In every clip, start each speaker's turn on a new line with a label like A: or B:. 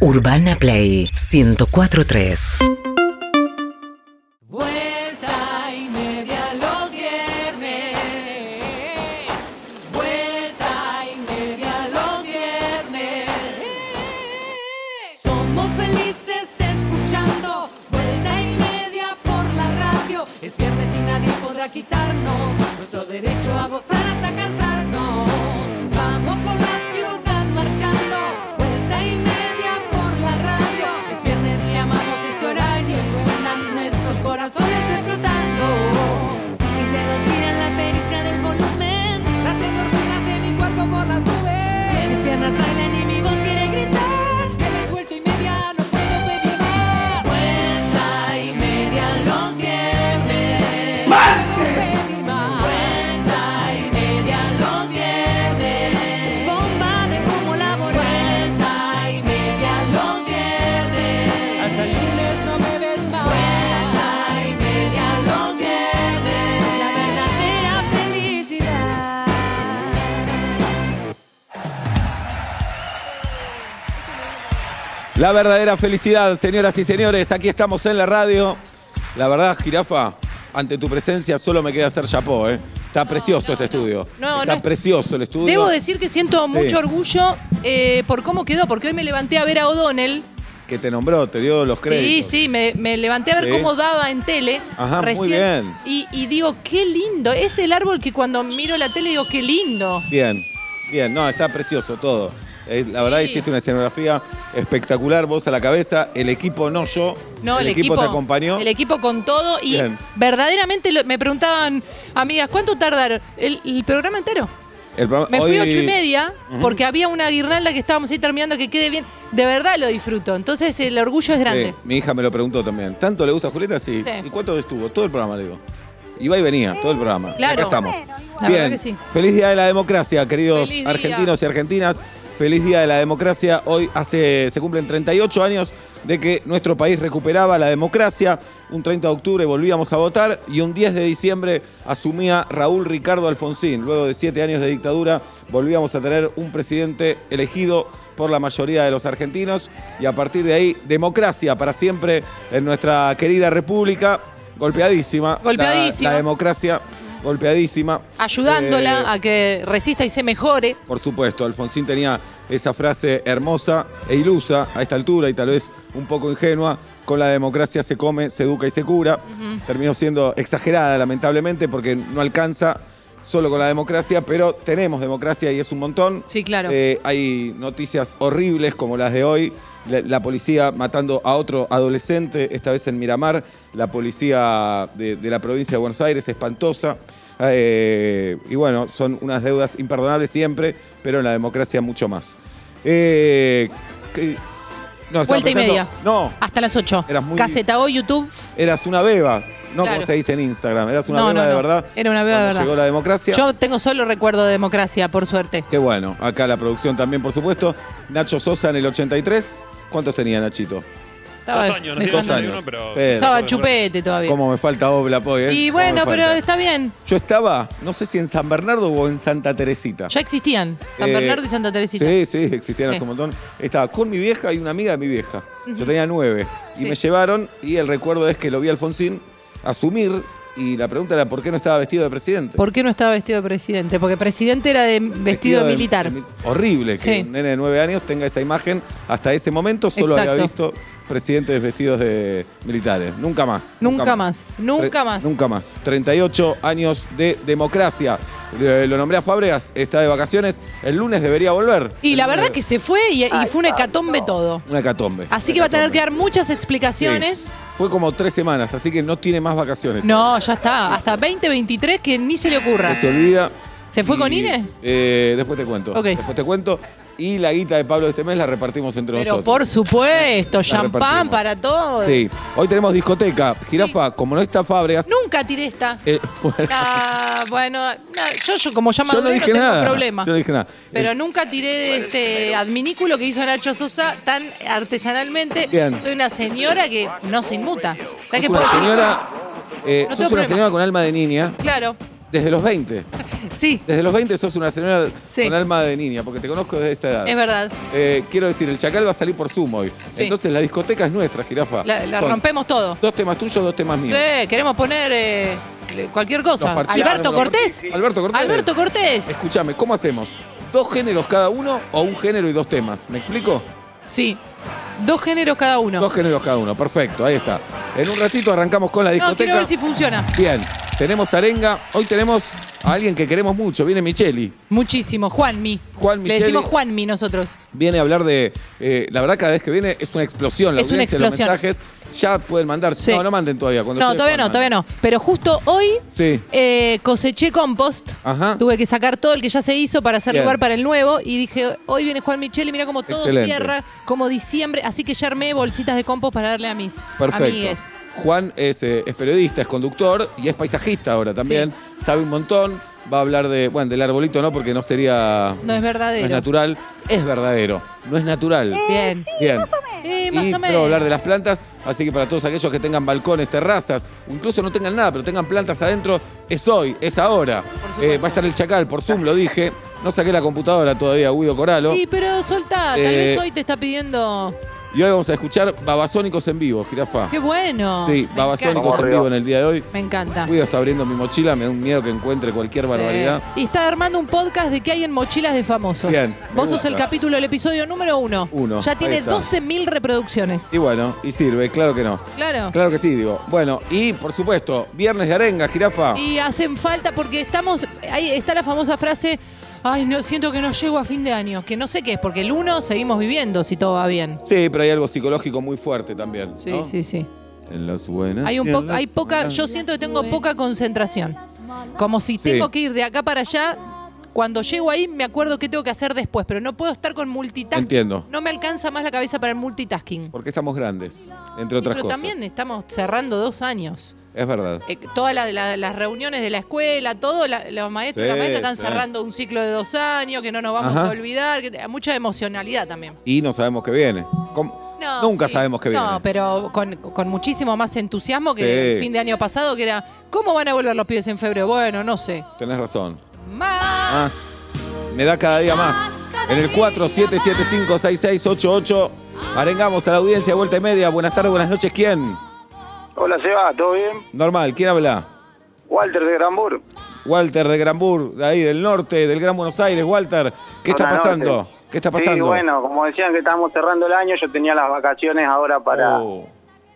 A: Urbana Play 1043.
B: Vuelta y media los viernes. Vuelta y media los viernes. Somos felices escuchando Vuelta y media por la radio. Es viernes y nadie podrá quitarnos nuestro derecho a gozar hasta cansarnos. Vamos por la ciudad marchando. Vuelta y media por la radio. Es viernes y amamos este horario. Suenan nuestros corazones explotando.
C: Mis dedos giran la perilla del volumen.
B: Las endorfinas de mi cuerpo por las
C: Mis
B: nubes.
C: piernas bailan y mi voz quiere gritar.
B: Tienes vuelta y media, no puedo pedir más. Vuelta y media los viernes. No puedo pedir más. Vuelta y media los viernes.
C: Bomba de humo laboral.
B: Vuelta y media los viernes. Hasta el lunes no me ves más. Vuelta y media los viernes.
C: La verdadera felicidad.
D: La verdadera felicidad, señoras y señores, aquí estamos en la radio. La verdad, jirafa, ante tu presencia solo me queda hacer chapó, ¿eh? Está precioso este estudio.
E: No,
D: Está
E: no es-
D: precioso el estudio.
E: Debo decir que siento
D: Sí.
E: mucho orgullo eh, por cómo quedó, porque hoy me levanté a ver a O'Donnell.
D: Que te nombró, te dio los créditos.
E: Sí, sí, me, me levanté a
D: Sí.
E: ver cómo daba en tele.
D: Ajá, muy bien.
E: Y, y digo, qué lindo. Es el árbol que cuando miro la tele digo, qué lindo.
D: Bien, bien, no, está precioso todo. Eh, la verdad, hiciste una escenografía espectacular, vos a la cabeza, el equipo no yo.
E: No, el,
D: equipo, te acompañó.
E: El equipo con todo y
D: Bien.
E: verdaderamente lo- me preguntaban, amigas, ¿cuánto tardaron? El, el programa entero.
D: El programa-
E: Me
D: hoy-
E: fui ocho y media
D: Ujú.
E: porque había una guirnalda que estábamos ahí terminando que quede bien. De verdad lo disfruto. Entonces el orgullo es grande.
D: Sí, mi hija me lo preguntó también. ¿Tanto le gusta a Julieta? Sí.
E: Sí.
D: ¿Y cuánto estuvo? Todo el programa, le digo. Iba y venía, todo el programa. Y acá
E: Claro.
D: estamos.
E: La
D: Bien.
E: verdad que sí.
D: Feliz Día de la Democracia, queridos
E: Feliz día.
D: argentinos y argentinas. Feliz Día de la Democracia. Hoy hace, se cumplen 38 años de que nuestro país recuperaba la democracia. Un 30 de octubre volvíamos a votar y un 10 de diciembre asumía Raúl Ricardo Alfonsín. Luego de siete años de dictadura volvíamos a tener un presidente elegido por la mayoría de los argentinos y a partir de ahí democracia para siempre en nuestra querida república. Golpeadísima. la-
E: Golpeadísima.
D: la democracia golpeadísima.
E: ayudándola
D: Eh,
E: a que resista y se mejore.
D: Por supuesto, Alfonsín tenía esa frase hermosa e ilusa a esta altura y tal vez un poco ingenua, con la democracia se come, se educa y se cura. Terminó siendo exagerada, lamentablemente, porque no alcanza solo con la democracia, pero tenemos democracia y es un montón.
E: Sí, claro.
D: Eh, hay noticias horribles como las de hoy. La, la policía matando a otro adolescente, esta vez en Miramar. La policía de, de la provincia de Buenos Aires, espantosa. Eh, y bueno, son unas deudas imperdonables siempre, pero en la democracia mucho más. Eh, que- no, estaba
E: Vuelta y
D: pensando-
E: media. Ah.
D: No,
E: Hasta las 8.
D: Eras muy-
E: Caseta hoy, YouTube.
D: eras una beba. No
E: Claro.
D: como se dice en Instagram, eras una
E: No,
D: beba
E: no,
D: de
E: no.
D: verdad.
E: Era una beba de
D: Cuando
E: verdad.
D: Llegó la democracia.
E: Yo tengo solo recuerdo de democracia, por suerte.
D: Qué bueno. Acá la producción también, por supuesto. Nacho Sosa en el 83. ¿Cuántos tenía Nachito?
E: Estaba,
F: dos años, no
E: me
F: sé
D: Dos
F: si
E: encanta.
D: años.
F: uno, pero.
D: Pero-
E: Estaba chupete todavía.
D: Cómo me falta Obla, hoy, ¿eh?
E: Y
D: Cómo me
E: bueno, pero
D: falta.
E: está bien.
D: Yo estaba, no sé si en San Bernardo o en Santa Teresita.
E: Ya existían San
D: Eh,
E: Bernardo y Santa Teresita.
D: Sí, sí, existían hace
E: Sí.
D: un montón. Estaba con mi vieja y una amiga de mi vieja. Yo tenía nueve. Y
E: Sí.
D: me llevaron y el recuerdo es que lo vi a Alfonsín asumir y la pregunta era por qué no estaba vestido de presidente.
E: ¿Por qué no estaba vestido de presidente? Porque presidente era de vestido, de
D: de-
E: militar.
D: de mi- horrible que
E: Sí.
D: un nene de nueve años tenga esa imagen. Hasta ese momento solo había
E: Exacto.
D: visto presidentes vestidos de militares. Nunca más.
E: Nunca más, nunca
D: Tre-
E: más.
D: Nunca más. 38 años de democracia. Eh, lo nombré a Fábregas, está de vacaciones. El lunes debería volver.
E: y
D: El
E: la verdad
D: lunes-
E: que se fue y, y fue una hecatombe todo.
D: Una catombe.
E: Así que va a tener que dar muchas explicaciones.
D: Fue como tres semanas, así que no tiene más vacaciones.
E: No, ya está. Hasta 2023 que ni se le ocurra.
D: Que se olvida.
E: ¿Se fue
D: Y,
E: con INE?
D: eh, después te cuento.
E: Ok.
D: Después te cuento. Y la guita de Pablo de este mes la repartimos entre
E: Pero
D: nosotros.
E: por supuesto, champán
D: repartimos.
E: para todos.
D: Sí, hoy tenemos discoteca. Jirafa, como no está Fábregas.
E: Nunca tiré esta.
D: eh, bueno,
E: Ah, bueno, no, yo, yo como ya
D: yo
E: maduré
D: no
E: no,
D: dije
E: tengo
D: nada.
E: problema.
D: Yo no dije nada.
E: Pero
D: Eh,
E: nunca tiré este adminículo que hizo Nacho Sosa tan artesanalmente.
D: Bien.
E: Soy una señora que no se inmuta. ¿Sabés qué
D: sos una
E: puedo decir?
D: señora, eh, sos
E: No tengo
D: una
E: problema.
D: señora con alma de niña
E: Claro.
D: desde los 20.
E: sí,
D: Desde los 20 sos una señora
E: Sí.
D: con alma de niña, porque te conozco desde esa edad.
E: es verdad.
D: Eh, quiero decir, el Chacal va a salir por Zoom hoy.
E: Sí.
D: Entonces la discoteca es nuestra, jirafa.
E: La, la
D: Son
E: rompemos todo.
D: Dos temas tuyos, dos temas míos.
E: Sí, queremos poner eh, cualquier
D: Nos
E: cosa.
D: parcheamos
E: Alberto
D: con los
E: Cortés.
D: partidos. Alberto Cortés.
E: Alberto Cortés.
D: Escúchame, ¿cómo hacemos? ¿Dos géneros cada uno o un género y dos temas? ¿Me explico?
E: Sí. Dos géneros cada uno.
D: Dos géneros cada uno, perfecto, ahí está. En un ratito arrancamos con la
E: no,
D: discoteca.
E: quiero ver si funciona.
D: Bien, tenemos arenga. Hoy tenemos a alguien que queremos mucho. Viene Micheli.
E: Muchísimo. Juanmi.
D: Juan
E: Le decimos
D: Micheli.
E: Juanmi nosotros.
D: Viene a hablar de. eh, la verdad, cada vez que viene es una explosión. La
E: Es una
D: audiencia,
E: explosión.
D: los mensajes ya pueden mandar.
E: Sí.
D: No, no manden todavía. Cuando
E: No,
D: llegue
E: todavía no,
D: Juan
E: todavía no. Pero justo hoy
D: Sí.
E: eh, coseché compost.
D: Ajá.
E: Tuve que sacar todo el que ya se hizo para hacer
D: Bien.
E: lugar para el nuevo. Y dije, hoy viene Juan Micheli, mira cómo todo
D: Excelente.
E: cierra, como diciembre. Así que ya armé bolsitas de compost para darle a mis
D: Perfecto.
E: amigues.
D: Juan es, eh, es periodista, es conductor y es paisajista ahora también. Sabe un montón. Va a hablar de. Bueno, del arbolito no, porque no sería.
E: No es verdadero.
D: No es natural. Es verdadero. No es natural.
E: Bien.
D: Bien.
E: Eh,
D: Y
E: más o
D: quiero hablar
E: menos.
D: de las plantas, así que para todos aquellos que tengan balcones, terrazas, o incluso no tengan nada, pero tengan plantas adentro, es hoy, es ahora. Eh, va a estar el chacal por Zoom, lo dije. No saqué la computadora todavía, Guido Coralo.
E: Sí, pero soltá, tal
D: Eh,
E: vez hoy te está pidiendo.
D: Y hoy vamos a escuchar Babasónicos en vivo, jirafa.
E: Qué bueno.
D: Sí,
E: Me
D: Babasónicos en vivo en el día de hoy.
E: encanta. Me encanta.
D: Guido está abriendo mi mochila, me da un miedo que encuentre cualquier barbaridad.
E: Sí. Y está armando un podcast de qué hay en mochilas de famosos.
D: Bien, me
E: Vos sos
D: gusta.
E: el capítulo, el episodio número uno.
D: Uno,
E: Ya
D: ahí
E: tiene
D: está.
E: 12.000 reproducciones.
D: Y bueno, y sirve, claro que no.
E: Claro.
D: Claro que sí, digo. Bueno, y por supuesto, viernes de arenga, jirafa.
E: Y hacen falta porque estamos. Ahí está la famosa frase. Ay, no, siento que no llego a fin de año. Que no sé qué es, porque el uno seguimos viviendo si todo va bien.
D: Sí, pero hay algo psicológico muy fuerte también.
E: Sí,
D: ¿no?
E: sí, sí.
D: En las buenas.
E: Hay un
D: y en
E: po-
D: las
E: hay poca,
D: malas.
E: yo siento que tengo poca concentración. Como si
D: Sí.
E: tengo que ir de acá para allá, cuando llego ahí me acuerdo qué tengo que hacer después, pero no puedo estar con multitasking.
D: Entiendo.
E: No me alcanza más la cabeza para el multitasking.
D: Porque estamos grandes, entre
E: Sí,
D: otras
E: pero
D: cosas.
E: también estamos cerrando dos años.
D: Es verdad.
E: Eh, todas la- la- las reuniones de la escuela, todo, la- los maestros
D: Sí,
E: y las maestras están
D: sí.
E: cerrando un ciclo de dos años, que no nos vamos
D: Ajá.
E: a olvidar, que- mucha emocionalidad también.
D: Y no sabemos qué viene. ¿Cómo?
E: No,
D: Nunca
E: sí.
D: sabemos qué viene.
E: No, pero con, con muchísimo más entusiasmo que
D: Sí.
E: el fin de año pasado, que era, ¿cómo van a volver los pibes en febrero? Bueno, no sé.
D: Tenés razón.
E: Más.
D: Más. Me da cada día más. En el 47756688 arengamos a la audiencia de vuelta y media. Buenas tardes, buenas noches. ¿Quién?
F: Hola Seba, ¿todo bien?
D: Normal, ¿quién habla?
F: Walter de Granbur.
D: Walter de Granbur, de ahí, del norte, del Gran Buenos Aires. Walter, ¿qué está
F: Zona
D: pasando?
F: Norte.
D: ¿Qué está
F: Sí,
D: pasando?
F: bueno, como decían que estábamos cerrando el año, yo tenía las vacaciones ahora para
D: Oh.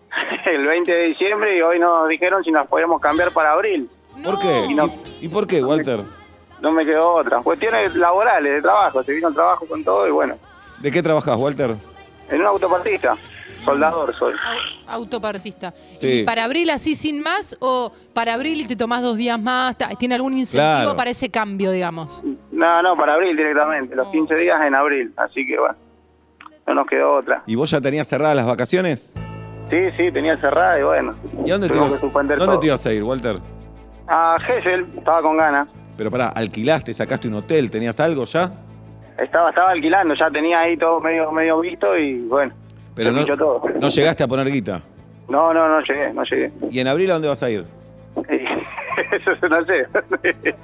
F: el 20 de diciembre y hoy nos dijeron si nos podíamos cambiar para abril.
D: ¿Por
E: No.
D: qué?
F: No.
D: ¿Y, y por qué, Walter?
F: No me quedó otra. Cuestiones laborales, de trabajo. Se vino el trabajo con todo y bueno,
D: ¿De qué trabajas, Walter?
F: en un autopartista. Soldador soy.
E: Au- Autopartista.
D: Ah. Sí.
E: ¿Y para abril así sin más o para abril y te tomás dos días más? Ta- ¿Tiene algún incentivo
D: Claro.
E: para ese cambio, digamos?
F: No, no, para abril directamente. Los
E: Oh.
F: 15 días en abril. Así que bueno, no nos quedó otra.
D: ¿Y vos ya tenías cerradas las vacaciones?
F: Sí, sí, tenía cerrada y bueno.
D: ¿Y a dónde, te
F: tuvimos que
D: ibas,
F: suspender
D: dónde
F: todo.
D: te ibas a ir, Walter?
F: A Gesell, estaba con ganas.
D: Pero pará, alquilaste, sacaste un hotel, ¿tenías algo ya?
F: Estaba, estaba alquilando, ya tenía ahí todo medio, medio visto y bueno.
D: Pero
F: se
D: no,
F: pinchó todo.
D: no llegaste a poner guita.
F: No, no, no llegué, no llegué.
D: ¿Y en abril a dónde vas a ir?
F: Eso es- no sé.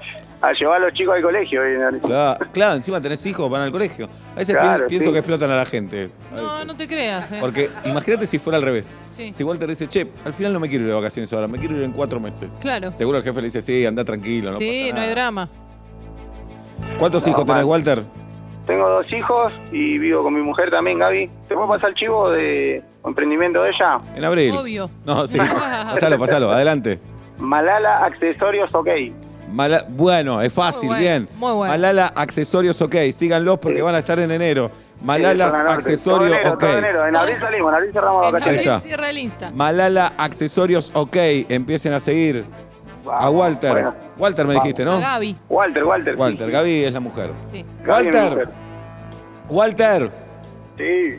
F: a llevar a los chicos al colegio. y no-
D: Claro, claro, encima tenés hijos, van al colegio. A veces
F: Claro,
D: pi- pienso
F: sí.
D: que explotan a la gente. a
E: No,
D: veces.
E: no te creas. eh.
D: Porque imagínate si fuera al revés.
E: Sí.
D: Si Walter dice, che, al final no me quiero ir de vacaciones ahora, me quiero ir en cuatro meses.
E: Claro.
D: Seguro el jefe le dice, sí, anda tranquilo, no
E: sí,
D: pasa
E: no hay
D: nada".
E: drama.
D: ¿Cuántos
F: No,
D: hijos tenés,
F: mal.
D: Walter?
F: Tengo dos hijos y vivo con mi mujer también, Gaby. ¿Te puedo pasar el chivo de emprendimiento de ella?
D: En abril.
E: Obvio.
D: No, sí, pas- pasalo, pasalo, adelante.
F: Malala Accesorios OK.
D: Mala- bueno, es fácil,
E: Muy bueno,
D: bien.
E: muy bueno.
D: Malala Accesorios OK, síganlos porque van a estar en enero. Malala
F: Sí, Eh, zona norte.
D: Accesorios
F: Todo enero,
D: OK.
F: todo enero. En abril salimos, en abril cerramos
E: En
F: vacaciones.
E: abril
D: está.
E: cierra el Insta.
D: Malala Accesorios OK, empiecen a seguir a
F: Vamos,
D: Walter.
F: bueno.
D: Walter me
F: Vamos.
D: dijiste,
E: A
D: ¿no?
E: Gaby.
F: Walter, Walter.
D: Walter,
F: sí.
D: Gaby es la mujer.
E: Sí.
F: Gaby es mi
D: Walter,
F: mujer.
D: Walter,
F: Sí.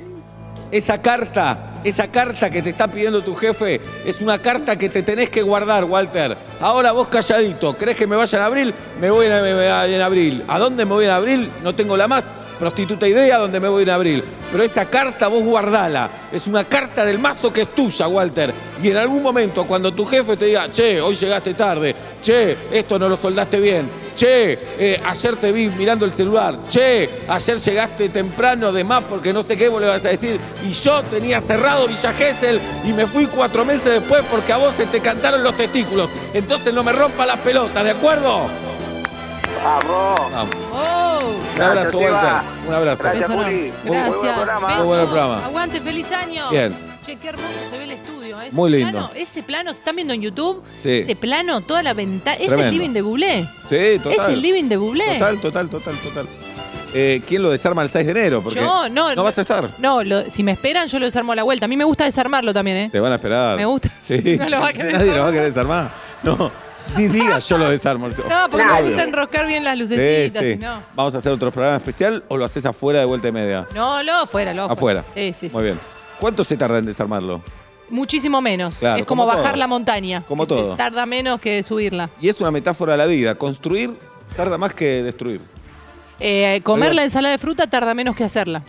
D: esa carta, esa carta que te está pidiendo tu jefe, es una carta que te tenés que guardar, Walter. Ahora vos calladito, ¿crees que me vaya en abril? Me voy en, me- me- en abril. ¿A dónde me voy en abril? No tengo la más, prostituta idea donde me voy en abril. Pero esa carta vos guardala. Es una carta del mazo que es tuya, Walter. Y en algún momento, cuando tu jefe te diga, che, hoy llegaste tarde, che, esto no lo soldaste bien, che, eh, ayer te vi mirando el celular, che, ayer llegaste temprano de más porque no sé qué vos le vas a decir, y yo tenía cerrado Villa Gesell y me fui cuatro meses después porque a vos se te cantaron los testículos. Entonces no me rompa las pelotas, ¿de acuerdo?
F: Vamos.
D: Vamos.
E: ¡Oh!
D: Un abrazo,
F: Gracias,
D: Walter.
F: Seba.
D: Un abrazo.
F: Gracias,
E: Beso
F: Juli.
E: enorme.
F: Muy buen
E: Gracias.
F: programa.
E: Beso.
D: Muy buen programa.
E: Aguante, feliz año.
D: Bien.
E: Che, qué hermoso se ve el estudio. ¿eh? Ese
D: Muy lindo.
E: Plano, ese plano, ¿se ¿están viendo en YouTube?
D: Sí.
E: Ese plano, toda la ventana. Es
D: Tremendo.
E: el living de Bublé.
D: Sí, total.
E: Es el living de Bublé.
D: Total, total, total, total. Eh, ¿Quién lo desarma el 6 de enero? Porque
E: Yo, no.
D: no vas a estar.
E: No, lo- si me esperan, yo lo desarmo a la vuelta. A mí me gusta desarmarlo también, ¿eh?
D: Te van a esperar.
E: Me gusta.
D: Sí.
E: No lo va a querer
D: Nadie lo va a
E: desarmar.
D: querer desarmar. No. Ni digas yo lo desarmo.
E: No, porque me
D: Obvio.
E: gusta enroscar bien las
D: Sí,
E: lucecitas,
D: sí.
E: si no.
D: Vamos a hacer otro programa especial o lo haces afuera de vuelta y media.
E: No, lo afuera, lo
D: Afuera.
E: Sí, sí, sí.
D: Muy bien. ¿Cuánto se tarda en desarmarlo?
E: Muchísimo menos.
D: Claro,
E: es como,
D: como
E: bajar
D: todo.
E: la montaña.
D: Como
E: que se
D: todo.
E: tarda menos que subirla.
D: Y es una metáfora de la vida. Construir tarda más que destruir.
E: Eh, comer la ensalada de fruta tarda menos que hacerla.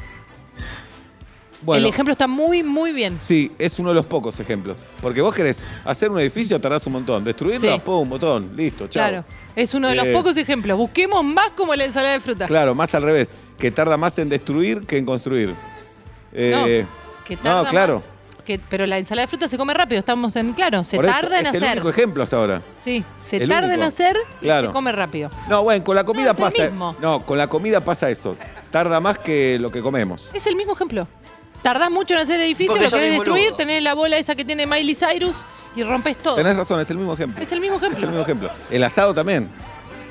D: Bueno.
E: El ejemplo está muy, muy bien.
D: Sí, es uno de los pocos ejemplos. Porque vos querés hacer un edificio, tardás un montón. Destruirlo,
E: Sí.
D: pum, un botón. Listo, chao.
E: Claro. Es uno de los
D: Eh.
E: pocos ejemplos. Busquemos más como la ensalada de fruta.
D: Claro, más al revés, que tarda más en destruir que en construir.
E: No,
D: Eh,
E: que tarda
D: no, claro.
E: más que- pero la ensalada de fruta se come rápido, estamos en claro. Se
D: por eso,
E: tarda en
D: es el
E: hacer.
D: único ejemplo hasta ahora.
E: Sí, se
D: el
E: tarda en
D: único.
E: hacer y
D: Claro.
E: se come rápido.
D: No, bueno, con la comida
E: es el
D: pasa.
E: mismo.
D: No, con la comida pasa eso. Tarda más que lo que comemos.
E: Es el mismo ejemplo. Tardás mucho en hacer el edificio,
G: Porque
E: lo
G: sos
E: querés
G: un boludo.
E: destruir, tenés la bola esa que tiene Miley Cyrus y rompes todo.
D: Tenés razón, es el mismo ejemplo.
E: Es el mismo ejemplo.
D: Es el mismo ejemplo. El asado también.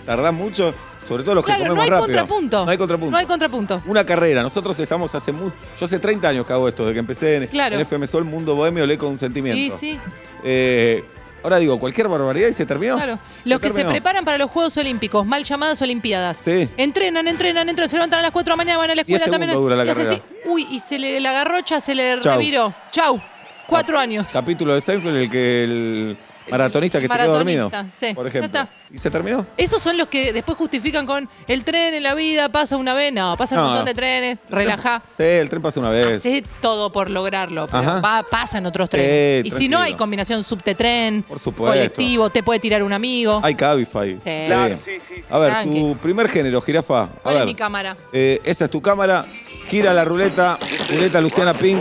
D: Tarda mucho, sobre todo los que
E: Claro, no
D: comemos
E: hay
D: rápido.
E: contrapunto.
D: No hay contrapunto.
E: No hay contrapunto.
D: una carrera. Nosotros estamos hace mucho. Yo hace 30 años que hago esto, desde que empecé en,
E: Claro.
D: en FM Sol, Mundo Bohemio, leí con un
E: Sí,
D: sentimiento.
E: sí,
D: Eh, ahora digo, cualquier barbaridad y se terminó.
E: claro. Los que se
D: terminó.
E: preparan para los Juegos Olímpicos, mal llamadas Olimpiadas.
D: Sí.
E: Entrenan, entrenan, entrenan, se levantan a las 4 de la mañana, van a la
D: Diez
E: escuela también.
D: segundos dura la
E: y hace
D: carrera.
E: así, uy, y se le la garrocha se le
D: Chau.
E: reviró. Chau. Cuatro años.
D: Capítulo de Seinfeld, el que el maratonista que se quedó
E: Maratonista,
D: dormido.
E: sí.
D: Por
E: Ya
D: ejemplo.
E: está.
D: ¿Y se terminó?
E: Esos son los que después justifican con el tren en la vida, pasa una vez. No, pasan
D: No.
E: un montón de trenes, relajá. Ah,
D: Sí, el tren pasa una vez.
E: Hacé todo por lograrlo, pero
D: Ajá.
E: va- pasan otros trenes. y si
D: tranquilo.
E: no hay combinación subte-tren,
D: Por supuesto.
E: colectivo, te puede tirar un amigo.
D: Hay Cabify.
E: Sí. Claro,
F: sí, sí.
D: A ver,
E: Tranqui.
D: tu primer género, jirafa. A
E: ¿Cuál es
D: ver.
E: mi cámara?
D: Eh, esa es tu cámara. Gira la ruleta. Ruleta Luciana Pink.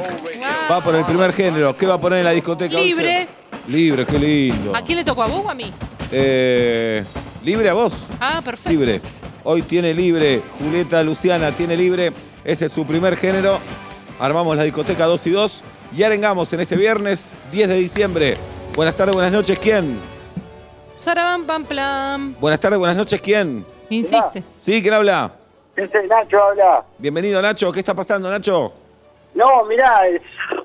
D: Va por el primer género. ¿Qué va a poner en la discoteca? hoy,
E: Libre.
D: Ger? Libre, qué lindo.
E: ¿A quién le tocó a vos o a mí?
D: Eh, libre a vos.
E: Ah, perfecto.
D: Libre. Hoy tiene libre. Julieta Luciana tiene libre. Ese es su primer género. Armamos la discoteca 2 y 2 y arengamos en este viernes 10 de diciembre. Buenas tardes, buenas noches, ¿quién?
E: Sarabam, pam, plam.
D: Buenas tardes, buenas noches, ¿quién?
E: Insiste.
D: ¿Sí? ¿Quién habla?
H: Este Nacho habla.
D: Bienvenido, Nacho. ¿Qué está pasando, Nacho?
H: No, mirá, es-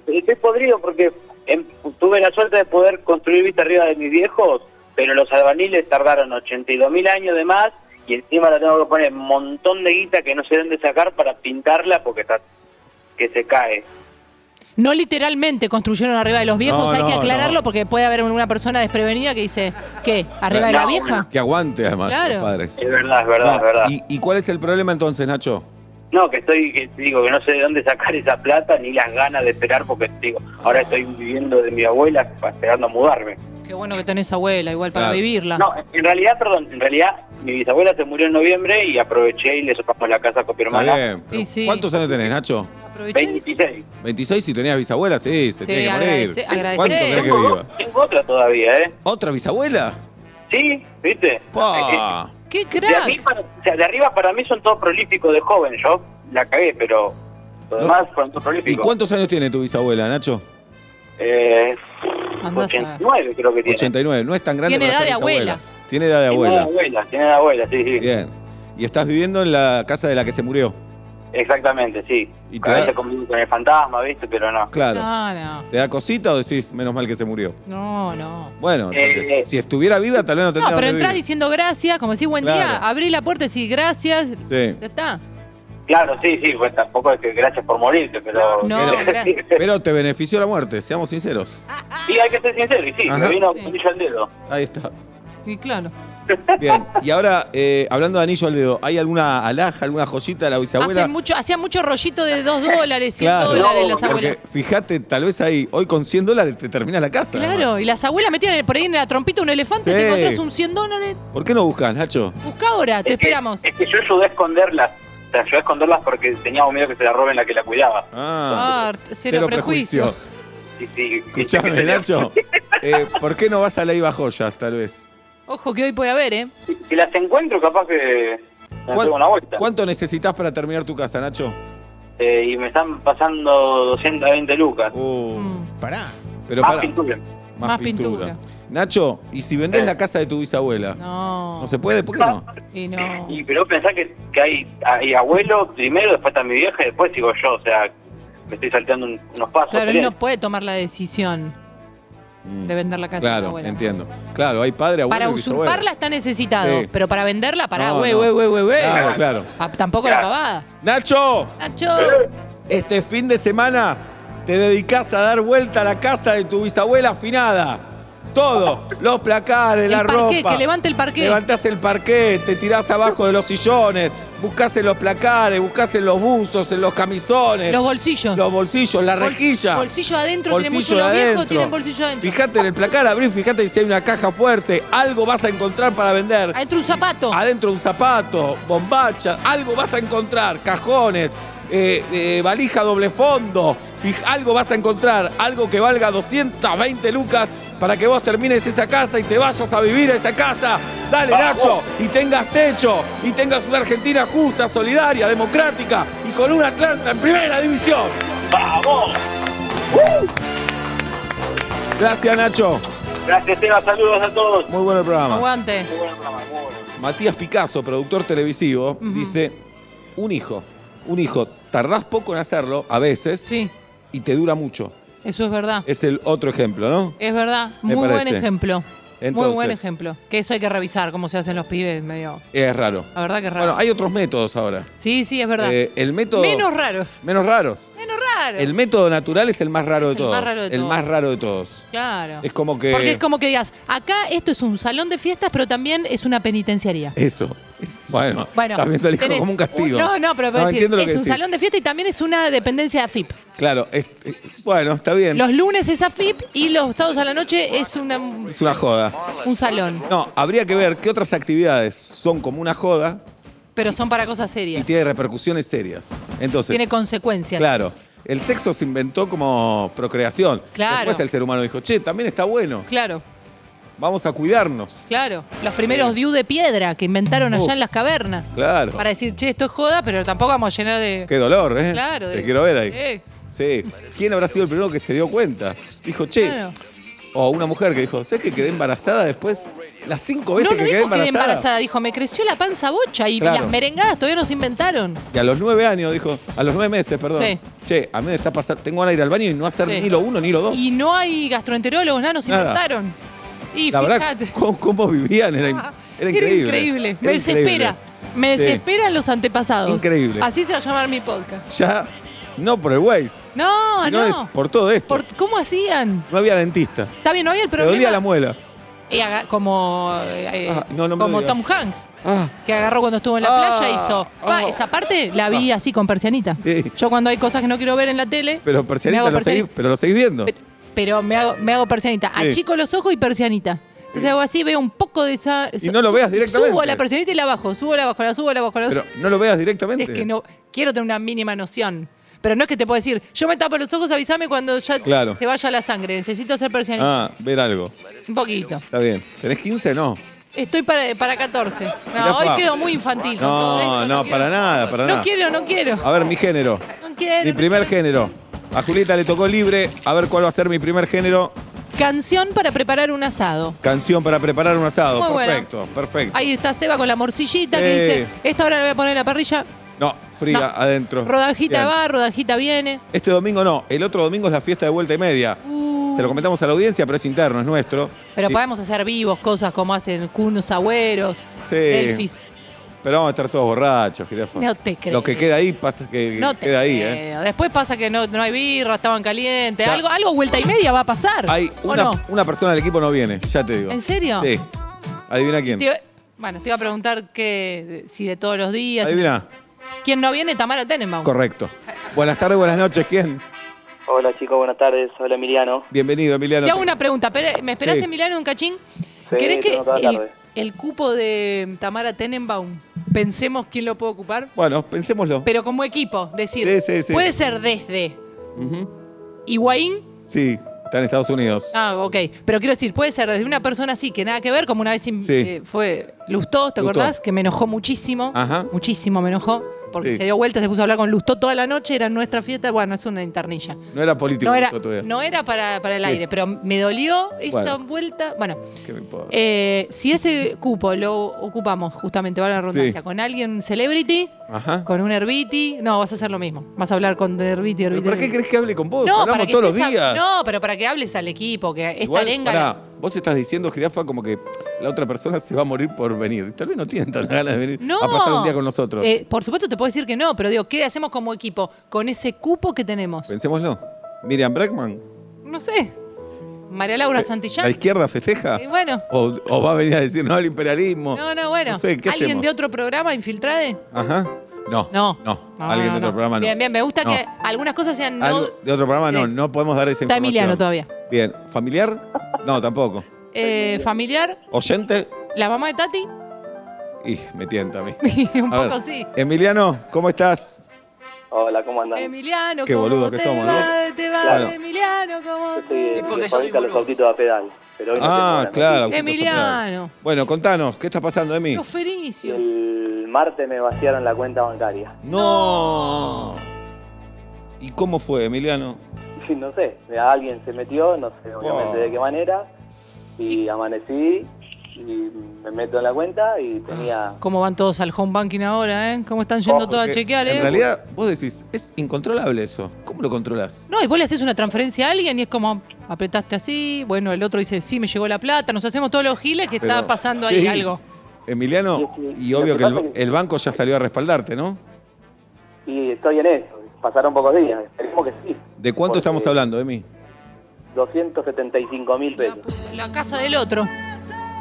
H: estoy podrido porque em, tuve la suerte de poder construir vista arriba de mis viejos, pero los albaniles tardaron 82 mil años de más y encima la tengo que poner un montón de guita que no sé dónde sacar para pintarla porque está que se cae.
E: No literalmente construyeron arriba de los viejos,
D: No,
E: hay que
D: no,
E: aclararlo
D: no.
E: porque puede haber una persona desprevenida que dice, ¿qué? ¿Arriba de la
H: No,
E: vieja?
D: Que aguante, además,
E: Ah. Claro.
D: los padres.
H: Es verdad, es verdad, es verdad.
D: ¿Y, y cuál es el problema entonces, Nacho?
H: No, que estoy, que te digo que no sé de dónde sacar esa plata ni las ganas de esperar porque te digo, ahora estoy viviendo de mi abuela pa- esperando a mudarme.
E: Qué bueno que tenés abuela, igual para
D: Claro.
E: vivirla.
H: No, en realidad, perdón, en realidad mi bisabuela se murió en noviembre y aproveché y le sopamos la casa con mi
D: Está
H: hermana.
D: bien, pero
E: Y sí.
D: ¿Cuántos años tenés, Nacho?
E: Aproveché.
H: 26.
D: 26 si tenías bisabuela, sí, se
E: Sí,
D: tiene que morir.
E: agradece- agradece.
D: ¿Cuánto querés que
H: Tengo,
D: viva?
H: tengo otra todavía, ¿eh?
D: ¿Otra bisabuela?
H: Sí, ¿viste? Eh,
D: ¡Pah!
E: ¡Qué
H: De, arriba,
E: crack!
H: para- o sea, de arriba para mí son todos prolíficos de joven, yo la cagué, pero los
D: No.
H: demás fueron todos
D: ¿Y
H: prolíficos.
D: cuántos años tiene tu bisabuela, Nacho?
H: Eh,
E: Andá a saber.
H: 89 creo que tiene.
D: 89. No es tan grande
E: Tiene
D: para ser
E: edad de
D: bisabuela.
E: abuela.
D: Tiene edad de
H: Tiene
D: abuela.
H: abuela, tiene la abuela, sí, sí.
D: Bien. Y estás viviendo en la casa de la que se murió.
H: Exactamente, sí.
D: Y te
H: A
D: da-
H: veces convivo con el fantasma, ¿viste? Pero no.
D: Claro.
E: No, no.
D: ¿Te da cosita o decís, menos mal que se murió?
E: No, no.
D: Bueno, entonces,
H: Eh,
D: si estuviera viva, tal vez no tendría
E: No, pero
D: dónde
E: entrás
D: vivir.
E: diciendo gracias, como decís buen día,
D: Claro.
E: abrí la puerta y decís gracias.
D: Sí.
E: Ya está.
H: Claro, sí, sí, pues tampoco es que gracias por morirte, pero...
E: No, gracias.
D: Pero te benefició la muerte, seamos sinceros.
H: Sí, hay que ser sincero, y sí,
D: Ajá.
H: me vino
E: Sí.
H: un cuchillo al dedo.
D: Ahí está.
E: Y claro.
D: Bien, y ahora, eh, hablando de anillo al dedo, ¿hay alguna alhaja, alguna joyita de la bisabuela?
E: Hacen mucho, hacía mucho rollito de 2 dólares, 100
D: Claro.
E: dólares
H: No,
E: las abuelas.
D: Porque fíjate, tal vez ahí, hoy con 100 dólares te terminas la casa.
E: Claro, y las abuelas metían el- por ahí en la trompita un elefante,
D: Sí.
E: te encontrás un 100 dólares.
D: ¿Por qué no buscas, Nacho?
E: Busca ahora, te
H: Es que-
E: esperamos.
H: Es que yo ayudé a esconderlas. Te ayudé a esconderlas porque teníamos miedo que se la roben la que la cuidaba.
E: Ah, cero, prejuicio.
H: Sí, sí, viste que
D: Escuchame,
H: tenía-
D: Nacho. eh, ¿Por qué no vas a la Iba Joyas, tal vez?
E: Ojo que hoy puede haber, ¿eh?
H: Si, si las encuentro, capaz que me
D: ¿Cuán-
H: pego una vuelta.
D: ¿Cuánto necesitas para terminar tu casa, Nacho?
H: Eh, y me están pasando 220 lucas.
D: Uh,
E: Mm.
G: Pará.
D: Pero
H: Más
D: pará,
H: pintura.
D: más,
E: Más
D: pintura.
E: pintura.
D: Nacho, ¿y si vendés la casa de tu bisabuela? No.
E: No.
D: se puede? ¿Por qué no?
E: Y no.
H: Y pero pensá que, que hay, hay abuelo primero, después está mi vieja y después sigo yo. O sea, me estoy salteando un- unos pasos.
E: Claro, él
H: tres.
E: no puede tomar la decisión
D: Mm.
E: de vender la casa a la
D: Claro,
E: abuela.
D: entiendo. Claro, hay padre, abuelo
E: Para
D: y bisabuela.
E: usurparla está necesitado,
D: Sí.
E: pero para venderla, para,
D: No,
E: güey,
D: no.
E: güey, güey, güey, güey.
D: Claro, claro.
E: Pa- Tampoco la
H: Claro.
E: pavada.
D: ¡Nacho!
E: Nacho,
D: Este fin de semana te dedicas a dar vuelta a la casa de tu bisabuela afinada. Todo, los placares,
E: El
D: la
E: parqué,
D: ropa.
E: que levante el parqué.
D: Levantás el parqué, te tirás abajo de los sillones, buscás en los placares, buscás en los buzos, en los camisones,
E: los bolsillos.
D: los bolsillos, la
E: Bol-
D: rejilla.
E: Bolsillo adentro, tienen
D: Bolsillo
E: bolsillo los viejos,
D: adentro.
E: tienen bolsillo adentro.
D: Fijate en el placar, abrí, fijate si hay una caja fuerte, algo vas a encontrar para vender.
E: Adentro un zapato.
D: Adentro un zapato, bombacha, algo vas a encontrar, cajones, eh, eh, valija doble fondo, fij- algo vas a encontrar, algo que valga 220 lucas para que vos termines esa casa y te vayas a vivir a esa casa. Dale, Nacho, y tengas techo, y tengas una Argentina justa, solidaria, democrática y con un Atlanta en primera división.
H: ¡Vamos!
D: Gracias, Nacho.
H: Gracias, Eva. Saludos a todos.
D: Muy bueno el programa.
E: Aguante.
H: Muy buen programa, muy bueno.
D: Matías Picasso, productor televisivo, dice, un hijo, un hijo, tardás poco en hacerlo, a veces,
E: Sí,
D: y te dura mucho.
E: eso es verdad.
D: Es el otro ejemplo, ¿no?
E: Es verdad.
D: Eh, Me
E: Muy buen
D: parece.
E: ejemplo. Muy
D: Entonces.
E: buen ejemplo. Que eso hay que revisar, cómo se hacen los pibes, medio.
D: Es raro.
E: La verdad que es raro.
D: Bueno, hay otros métodos ahora.
E: sí, sí, es verdad.
D: Eh, el método...
E: Menos raro.
D: Menos raros.
E: Menos raro.
D: El método natural es el más raro
E: Es
D: de
E: el
D: todos.
E: más raro de
D: El
E: todos.
D: más raro de todos.
E: Claro.
D: Es como que...
E: Porque es como que digas, acá esto es un salón de fiestas, pero también es una penitenciaría.
D: Eso. Es- bueno,
E: Bueno,
D: estás viendo al hijo
E: tenés
D: como un castigo.
E: un- no, no, pero es, decir,
D: entiendo lo
E: es
D: que
E: un
D: decís.
E: salón de fiesta y también es una dependencia de AFIP.
D: Claro, es- eh, bueno, está bien.
E: Los lunes es AFIP y los sábados a la noche es una, un
D: Es una joda.
E: salón.
D: No, habría que ver qué otras actividades son como una joda
E: Pero son para cosas
D: y
E: serias.
D: tiene repercusiones serias. Entonces,
E: Tiene consecuencias.
D: claro, el sexo se inventó como procreación.
E: Claro.
D: Después el ser humano dijo, che, también está bueno,
E: Claro,
D: vamos a cuidarnos.
E: claro. Los primeros diu de piedra que inventaron allá
D: Uf,
E: en las cavernas.
D: claro.
E: Para decir, che, esto es joda, pero tampoco vamos a llenar de.
D: Qué dolor, ¿eh?
E: Claro.
D: Te
E: de-
D: quiero ver ahí.
E: Eh,
D: Sí. ¿Quién habrá sido el primero que se dio cuenta? Dijo, che,
E: claro.
D: o una mujer que dijo, ¿sabes que quedé embarazada después? Las cinco
E: No,
D: veces
E: no
D: que quedé
E: dijo que
D: embarazada.
E: embarazada, dijo, me creció la panza bocha y
D: Claro.
E: las merengadas todavía no se inventaron.
D: Y a los nueve años dijo, a los nueve meses, perdón.
E: Sí.
D: Che, a mí me está pasando, tengo ganas de ir al baño y no hacer
E: Sí.
D: ni lo uno ni lo dos.
E: Y no hay gastroenterólogos, nada, nos
D: Nada.
E: inventaron. Y
D: La verdad,
E: fíjate.
D: cómo, cómo vivían era, in-
E: Ah,
D: era increíble.
E: increíble.
D: Era
E: Me desespera. Me
D: Sí.
E: desesperan los antepasados.
D: Increíble.
E: Así se va a llamar mi podcast.
D: Ya, no por el Waze,
E: No,
D: sino
E: no.
D: es por todo esto.
E: Por- ¿Cómo hacían?
D: No había dentista.
E: Está bien, no había el
D: Te dolía la
E: problema.
D: muela.
E: Y haga- como eh,
D: Ah, no, no me
E: como
D: digas.
E: Tom Hanks,
D: Ah,
E: que agarró cuando estuvo en la
D: Ah,
E: playa, hizo. Va,
D: ah.
E: esa parte la vi así con persianita.
D: Sí.
E: Yo cuando hay cosas que no quiero ver en la tele.
D: pero
E: me hago
D: persianita lo
E: persiani-
D: seguís, pero lo seguís viendo.
E: Pero, pero me, hago, me hago persianita.
D: Sí.
E: Achico los ojos y persianita. Entonces hago así, veo un poco de esa.
D: Y no lo veas directamente.
E: Subo la persianita y la bajo, subo la bajo, la subo la bajo, la
D: Pero no lo veas directamente.
E: Es que no. Quiero tener una mínima noción. Pero no es que te puedo decir, yo me tapo los ojos, avísame cuando ya
D: Claro.
E: se vaya la sangre. Necesito hacer persianita.
D: Ah, ver algo.
E: Un poquito.
D: Está bien. ¿Tenés 15? No.
E: Estoy para, para 14. No,
D: Mirá,
E: hoy
D: Fa.
E: quedo muy infantil. con todo esto,
D: No, no,
E: quiero.
D: para nada, para
E: No
D: nada.
E: quiero, no quiero.
D: A ver, mi género.
E: No quiero.
D: Mi
E: no
D: primer
E: quiero.
D: género. A Julieta le tocó libre. A ver cuál va a ser mi primer género.
E: Canción para preparar un asado.
D: Canción para preparar un asado.
E: Muy buena.
D: perfecto, perfecto.
E: Ahí está Seba con la morcillita que
D: Sí.
E: dice, esta hora la voy a poner en la parrilla.
D: No, fría
E: No.
D: adentro.
E: Rodajita
D: Bien.
E: va, rodajita viene.
D: Este domingo no, el otro domingo es la fiesta de vuelta y media.
E: Uh.
D: Se lo comentamos a la audiencia, pero es interno, es nuestro.
E: Pero
D: Y-
E: podemos hacer vivos cosas como hacen Cunos Agüeros,
D: Sí.
E: Delfis.
D: Pero vamos a estar todos borrachos, jirafa.
E: No te creo.
D: Lo que queda ahí pasa que
E: No te
D: queda ahí, ¿eh?
E: creo. Después pasa que no, no hay birra, estaban calientes.
D: Ya.
E: Algo, algo vuelta y media va a pasar.
D: Hay
E: ¿O
D: una,
E: no?
D: una persona del equipo no viene, ya te digo.
E: ¿En serio?
D: Sí. Adivina quién.
E: Te- Bueno, te iba a preguntar que, si de todos los días.
D: Adivina.
E: ¿Quién no viene? Tamara Tenenbaum.
D: Correcto. Buenas tardes, buenas noches. ¿Quién?
H: Hola chicos, buenas tardes. Hola Emiliano.
D: Bienvenido, Emiliano.
E: Te hago una pregunta. pero- ¿Me esperás
D: Sí.
E: en Milano un cachín?
H: Sí,
E: ¿Querés que
H: tengo toda la
E: el,
H: tarde.
E: el cupo de Tamara Tenenbaum pensemos quién lo puede ocupar?
D: Bueno, pensémoslo.
E: Pero como equipo, decir.
D: Sí, sí, sí.
E: Puede ser desde
D: Ujú.
E: Higuaín.
D: Sí, está en Estados Unidos.
E: Ah, ok. Pero quiero decir, puede ser desde una persona así que nada que ver, como una vez in-
D: Sí.
E: eh, fue Lustó, ¿te
D: Lustó.
E: acordás? Que me enojó muchísimo.
D: Ajá.
E: Muchísimo me enojó. Porque
D: Sí.
E: se dio vuelta, se puso a hablar con Lustó toda la noche, era nuestra fiesta. Bueno, es una internilla.
D: No era político
E: No era,
D: todavía.
E: no era para, para el
D: Sí.
E: aire, pero me dolió esa
D: Bueno.
E: vuelta. Bueno,
D: ¿Qué me importa?
E: eh, si ese cupo lo ocupamos justamente, va la redundancia,
D: Sí.
E: con alguien celebrity,
D: Ajá.
E: con un Herbiti, no, vas a hacer lo mismo. Vas a hablar con Herbiti,
D: ¿Pero
E: Herbiti.
D: ¿Para qué
E: Herbiti.
D: crees que hable con vos?
E: No, para
D: Hablamos
E: que
D: todos los
E: estés a-
D: días.
E: No, pero para que hables al equipo, que esta
D: Igual,
E: lenga.
D: pará, vos estás diciendo, jirafa, como que la otra persona se va a morir por venir. Tal vez no tienen tantas ganas de venir
E: No.
D: a pasar un día con nosotros.
E: Eh, por supuesto, te puedo decir que no, pero digo, ¿qué hacemos como equipo con ese cupo que tenemos?
D: Pensémoslo. Miriam Brackman,
E: No sé. María Laura
D: pues, ¿la
E: Santillán.
D: izquierda festeja?
E: Y bueno.
D: O, o va a venir a decir no al imperialismo?
E: No, no, bueno.
D: No sé, ¿qué
E: ¿Alguien
D: hacemos?
E: de otro programa infiltrade?
D: Ajá. No.
E: No.
D: No,
E: No,
D: alguien
E: no,
D: de otro
E: no.
D: programa no.
E: Bien, bien, me gusta
D: No.
E: que algunas cosas sean no.
D: Algo de otro programa no,
E: Sí.
D: no podemos dar esa
E: Está
D: información.
E: Emiliano todavía.
D: Bien, ¿familiar? No, tampoco.
E: Eh, familiar,
D: ¿Oyente?
E: la mamá de Tati.
D: Y me tienta a mí.
E: Un
D: A ver,
E: poco sí.
D: Emiliano, ¿cómo estás?
H: Hola, ¿cómo andan?
E: Em, Emiliano,
D: Qué
E: ¿cómo
D: boludos que
E: te
D: somos, ¿no?
E: va? Te va,
D: Claro.
E: Emiliano, ¿cómo
H: Estoy
E: te va?
H: porque Eh, los autitos a pedal. Pero hoy no
D: Ah,
H: tengo ganas.
D: claro. Agustito
E: Emiliano.
D: Soplar. Bueno, contanos, ¿qué está pasando, Emi?
E: Los Felicio.
H: El martes me vaciaron la cuenta bancaria.
D: No. ¿Y cómo fue, Emiliano?
H: Sí, no sé, alguien se metió, no sé obviamente
D: Oh.
H: de qué manera, y amanecí y me meto en la cuenta y tenía...
E: ¿Cómo van todos al home banking ahora, eh? ¿Cómo están yendo todos a
D: Oh, Porque
E: chequear, eh?
D: En realidad, vos decís, es incontrolable eso. ¿Cómo lo controlás?
E: No, y vos le haces una transferencia a alguien y es como, apretaste así, bueno, el otro dice, sí, me llegó la plata, nos hacemos todos los giles que está
D: Pero-
E: pasando
D: Sí.
E: ahí algo.
D: Emiliano,
H: Sí, sí.
D: y
H: Lo
D: obvio
H: que
D: que el,
H: pasa
D: ba-
H: es que-
D: el banco ya salió a respaldarte, ¿no?
H: Y estoy en eso, pasaron pocos días, esperemos que sí.
D: ¿De cuánto
H: Porque
D: estamos hablando, Emi?
H: 275 mil
E: La,
H: pesos.
E: la casa del otro.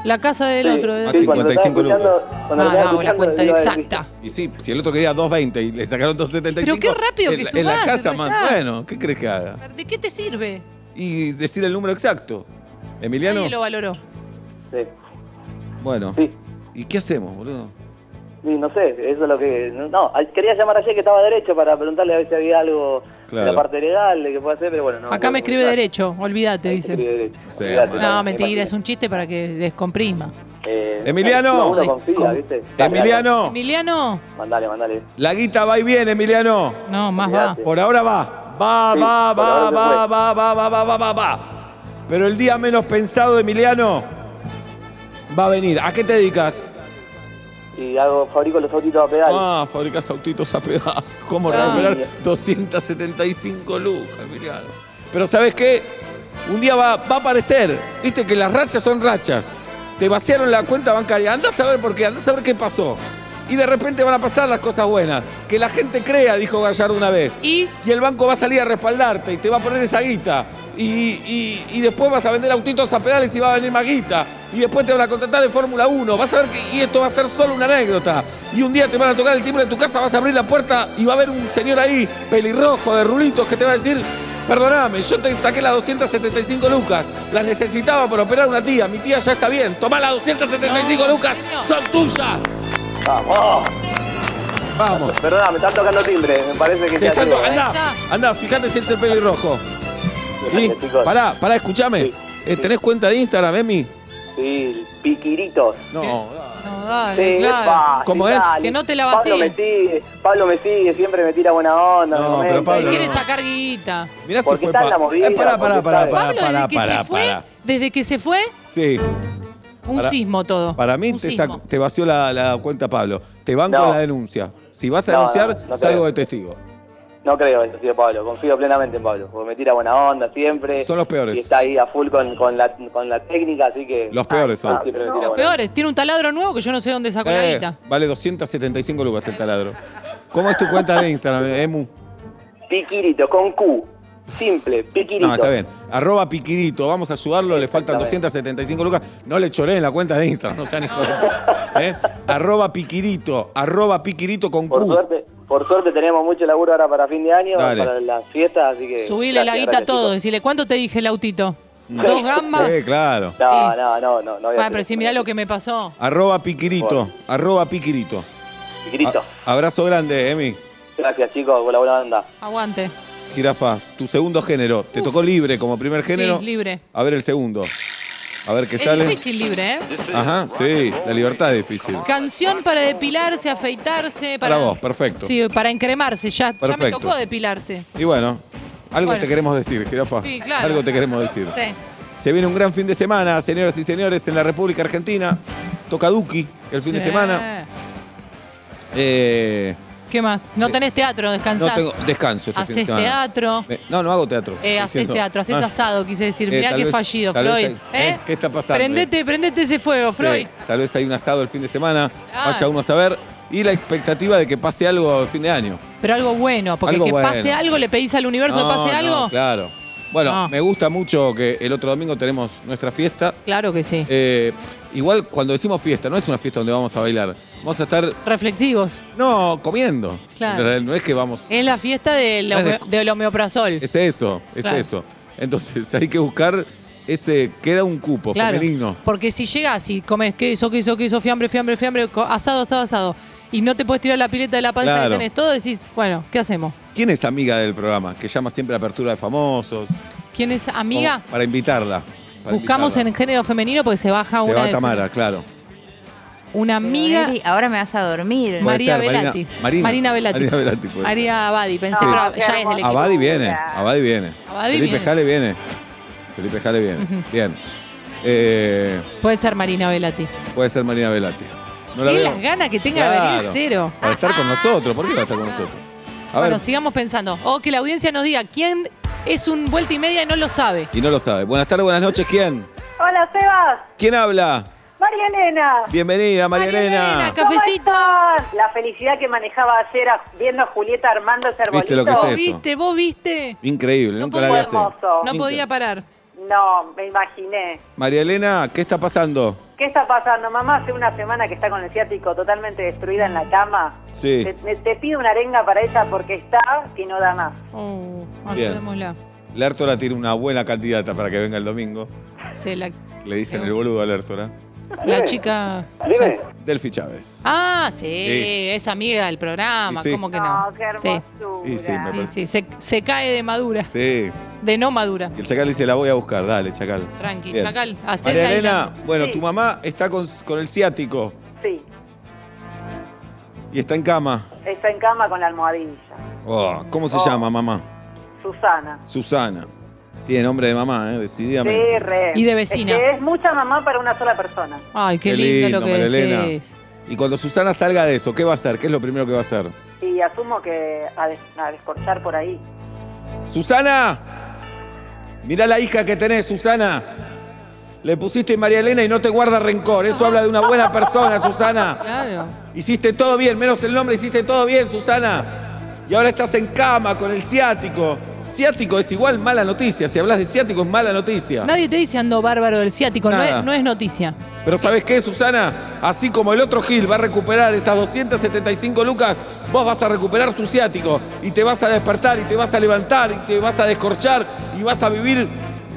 E: La casa del
H: Sí,
E: otro.
H: sí,
E: es-
D: Así
H: cuando estaba
D: 55 lucas.
H: escuchando- cuando
E: No, no,
H: estaba
E: la
H: escuchando,
E: cuenta
H: digo,
E: exacta.
D: Y sí, si el otro quería 2.20 y le sacaron 2.75.
E: Pero qué rápido
D: en
E: que
D: la-
E: subás,
D: En la casa,
E: en
D: man.
E: realidad.
D: Bueno, ¿qué crees que haga?
E: ¿De qué te sirve?
D: Y decir el número exacto. Emiliano,
E: Nadie lo valoró.
H: Sí,
D: bueno.
H: sí,
D: ¿Y qué hacemos, boludo?
H: sí, no sé, eso es lo que... No, al- quería llamar ayer que estaba derecho para preguntarle a ver si había algo de
D: Claro.
H: la parte legal, de que pueda hacer, pero bueno... No,
E: Acá
H: no,
E: me escribe
H: no,
E: derecho, olvídate,
H: ahí se
E: dice.
H: escribe derecho.
D: O sea,
H: Olvidate,
D: mal.
E: No,
H: me
E: mentira,
H: imagino.
E: es un chiste para que descomprima.
H: Eh,
D: Emiliano.
H: Uno confía, ¿viste? Dale,
D: Emiliano,
E: Emiliano,
H: dale. Mandale, mandale.
D: la guita va y viene, Emiliano.
E: no, más va.
H: Olvídate.
D: Por ahora va. Va, va,
H: Sí, por
D: va,
H: ahora se
D: va,
H: fue.
D: va, va, va, va, va, va, va. Pero el día menos pensado, Emiliano, va a venir. ¿A qué te dedicas?
H: Y hago, fabrico los autitos a pedal.
D: Ah, fabricás autitos a pedal. ¿Cómo
E: Ah.
D: recuperar 275 lucas, Emiliano? Pero ¿sabes qué? Un día va, va a aparecer. Viste que las rachas son rachas. Te vaciaron la cuenta bancaria. Andás a saber por qué, andás a saber qué pasó. Y de repente van a pasar las cosas buenas. Que la gente crea, dijo Gallardo una vez.
E: Y
D: Y el banco va a salir a respaldarte y te va a poner esa guita. Y, y- y después vas a vender autitos a pedales y va a venir más guita. Y después te van a contratar de Fórmula 1. Vas a ver que y esto va a ser solo una anécdota. Y un día te van a tocar el timbre de tu casa, vas a abrir la puerta y va a haber un señor ahí, pelirrojo, de rulitos, que te va a decir, perdoname, yo te saqué las 275 lucas. Las necesitaba para operar una tía. Mi tía ya está bien. Tomá las 275
E: No,
D: lucas.
E: señor.
D: Son tuyas.
H: Vamos.
D: Vamos.
H: Perdón, me están tocando timbre. Me parece que
D: Te
H: ya
D: están
H: llego,
D: to-
H: ¿eh?
D: andá, andá, fíjate si es el pelirrojo. Y,
H: Gracias, chicos.
D: pará, pará, escúchame.
H: Sí,
D: Eh,
H: sí.
D: ¿Tenés cuenta de Instagram, Emi?
H: Sí, piquiritos.
D: No.
E: no, dale,
H: Sí,
E: claro.
H: epa,
D: ¿Cómo
H: sí,
D: es?
H: dale.
E: Que no te la
H: Pablo
E: vacíe.
H: me sigue, Pablo me sigue, siempre me tira buena onda.
D: No,
H: me comenta.
D: pero Pablo,
E: Te quiere
D: no.
E: sacar guita.
D: Mirá si
H: Porque
D: fue
H: está en
D: pa-
H: la movida,
D: Eh, pará, pará,
H: porque
D: pará,
H: sabe.
D: pará,
E: Pablo,
D: pará,
E: desde que
D: pará,
E: se fue,
D: pará.
E: desde que se fue,
D: Sí,
E: un
D: Para-
E: sismo todo.
D: para mí
E: Un
D: te,
E: sismo.
D: sacó- te vació la, la cuenta Pablo. Te van
H: No.
D: con la denuncia. Si vas a
H: No,
D: denunciar,
H: no, no
D: salgo
H: creo.
D: de testigo.
H: No creo eso, tío Pablo. Confío plenamente en Pablo. Porque me tira buena onda siempre.
D: Son los peores.
H: Y está ahí a full con, con la, con la técnica, así que. Ah,
D: Los peores son.
H: siempre me tira
E: Los
H: buena
E: peores, tiene un taladro nuevo que yo no sé dónde sacó la
D: Eh,
E: guita.
D: vale 275 lucas el taladro. ¿Cómo es tu cuenta de Instagram, Emu?
H: onda. Piquiritos, con Q. Simple, piquirito.
D: No, está bien. Arroba Piquirito, vamos a ayudarlo, le faltan 275 lucas. No le choré en la cuenta de Instagram, no sean hijos de... ¿Eh? Arroba Piquirito, arroba Piquirito con
H: Por
D: Q.
H: suerte, por suerte tenemos mucho laburo ahora para fin de año,
D: Dale.
H: para las fiestas, así que.
E: Subile la
H: gracias,
E: guita a
H: gracias,
E: todo.
H: chicos.
E: Decirle, ¿cuánto te dije el autito? ¿Dos gambas?
D: Sí, claro.
H: No, no, no, no, no voy a
E: Ay,
H: hacer
E: pero
H: eso.
E: si mirá lo que me pasó.
D: Arroba Piquirito, arroba Piquirito.
H: Piquirito.
D: A- abrazo grande, Emi.
H: Gracias, chicos, por la buena onda.
E: Aguante.
D: Jirafas, tu segundo género. Te tocó libre como primer género.
E: Sí, libre.
D: A ver el segundo. A ver qué
E: Es
D: sale.
E: difícil libre, ¿eh?
D: Ajá, sí, la libertad es difícil.
E: Canción para depilarse, afeitarse. Para,
D: Para vos, perfecto.
E: Sí, para encremarse. Ya, ya me
D: Perfecto.
E: tocó depilarse.
D: Y bueno, algo
E: Bueno.
D: te queremos decir, Jirafa.
E: Sí, claro.
D: Algo te queremos decir.
E: Sí.
D: Se viene un gran fin de semana, señoras y señores, en la República Argentina. Toca Duki el fin de
E: Sí.
D: semana. Eh,
E: ¿Qué más? No tenés teatro,
D: no
E: descansás.
D: tengo descanso este fin de
E: Haces
D: semana.
E: teatro.
D: Me- no, no hago teatro.
E: Eh, haces
D: Diciendo-
E: teatro, haces
D: Ah,
E: asado, quise decir.
D: Eh,
E: Mirá
D: tal
E: qué
D: vez-
E: fallido,
D: tal
E: Freud.
D: vez hay- ¿eh? ¿Qué está pasando?
E: Prendete, prendete ese fuego,
D: sí,
E: Freud.
D: tal vez hay un asado el fin de semana.
E: Ah.
D: Vaya uno a saber. Y la expectativa de que pase algo el fin de año.
E: Pero algo bueno, porque
D: Algo
E: que pase
D: bueno.
E: algo, le pedís al universo
D: No,
E: que pase
D: no,
E: algo.
D: Claro. Bueno,
E: No.
D: me gusta mucho que el otro domingo tenemos nuestra fiesta.
E: Claro que sí.
D: Eh, igual cuando decimos fiesta, no es una fiesta donde vamos a bailar. Vamos a estar,
E: Reflexivos.
D: no, comiendo.
E: Claro.
D: No es que vamos.
E: Es la fiesta del,
D: No es de-
E: home- del homeoprazol.
D: Es eso, es
E: Eh. Claro.
D: eso. Entonces hay que buscar ese. Queda un cupo
E: claro.
D: femenino.
E: Porque si llegás y comes queso, queso, queso, fiambre, fiambre, fiambre, co- asado, asado, asado, y no te puedes tirar la pileta de la panza
D: Claro.
E: que tenés todo, decís, bueno, ¿qué hacemos?
D: ¿Quién es amiga del programa? Que llama siempre a apertura de famosos.
E: ¿Quién es amiga?
D: Como Para invitarla. para
E: Buscamos en
D: invitarla.
E: género femenino porque se baja
D: Se
E: una.
D: va
E: del-
D: Tamara, claro.
E: Una
G: Pero,
E: amiga.
G: Eri, ahora me vas a dormir.
D: Puede
E: María
D: ser, Marina-
E: Velati.
D: Marina.
E: Velati.
D: Marina Velati puede ser.
E: María Abadi. Pensé,
I: Ah,
D: Sí.
E: pero ya es del equipo.
D: Abadi viene, Abadi viene.
E: Abadi
D: Felipe
E: viene.
D: Jale viene. Felipe Jale viene. Bien. Eh,
E: Puede ser Marina Velati.
D: puede ser Marina Velati. No
E: Qué
D: veo.
E: las ganas que tenga de venir, cero.
D: Para estar con nosotros, ¿por qué va a estar con nosotros? A
E: bueno,
D: ver,
E: sigamos pensando. O que la audiencia nos diga quién es un vuelta y media y no lo sabe.
D: y no lo sabe. Buenas tardes, buenas noches, ¿quién?
I: Hola, Sebas.
D: ¿Quién habla?
I: María Elena.
D: Bienvenida, María,
E: María
D: Elena.
E: Elena, Cafecito.
I: estás? La felicidad que manejaba ayer a- viendo a Julieta armando ese arbolito.
D: ¿Viste lo que es
E: ¿Vos
D: eso?
E: viste? ¿Vos viste?
D: Increíble,
E: No
D: nunca la había
I: puedo-
D: hecho.
I: Hermoso.
E: No podía parar.
I: No, me imaginé.
D: María Elena, ¿qué está pasando?
I: ¿Qué está pasando? Mamá hace una semana que está con el ciático totalmente destruida en la cama.
D: Sí.
I: Te, me- te pido una arenga para ella porque está que no da más.
E: Oh,
D: Bien.
E: ayudémosla.
D: Lertora tiene una buena candidata para que venga el domingo.
E: Sí, la,
D: Le dicen el boludo a Lertora.
E: la chica.
F: Dime.
D: Delfi Chávez.
E: Ah, sí,
D: Sí.
E: es amiga del programa.
D: Y sí.
E: ¿Cómo que no?
I: Ah, qué
E: sí,
I: hermosura.
D: Y sí, me
E: sí,
D: parece.
E: sí. Se, se cae de madura,
D: Sí.
E: de no madura.
D: Y el chacal dice, la voy a buscar, dale, chacal.
E: Tranqui,
D: Bien.
E: chacal. acerca
D: María
E: y la-
D: Elena, bueno,
I: Sí.
D: tu mamá está con, con el ciático
I: Sí,
D: y está en cama.
I: está en cama con la almohadilla.
D: Oh, ¿Cómo se
I: Oh.
D: llama, mamá?
I: Susana.
D: Susana. Tiene nombre de mamá, ¿eh? decididamente.
I: Sí, re.
E: Y de vecina.
I: Es, que es mucha mamá para una sola persona.
E: Ay, qué,
D: Qué
E: lindo,
D: lindo,
E: lo que
D: María Elena.
E: decís.
D: Y cuando Susana salga de eso, ¿qué va a hacer? ¿Qué es lo primero que va a hacer?
I: Y asumo que a, des- a descorchar por ahí.
D: ¡Susana! Mirá la hija que tenés, Susana. Le pusiste María Elena y no te guarda rencor. Eso habla de una buena persona, Susana.
E: Claro.
D: Hiciste todo bien, menos el nombre, hiciste todo bien, Susana. Y ahora estás en cama con el ciático. Ciático es igual mala noticia. Si hablas de ciático es mala noticia.
E: Nadie te dice ando bárbaro del ciático, no
D: Nada.
E: es, no es noticia.
D: Pero ¿sabes qué, Susana? Así como el otro Gil va a recuperar esas 275 lucas, vos vas a recuperar tu ciático. Y te vas a despertar, y te vas a levantar, y te vas a descorchar, y vas a vivir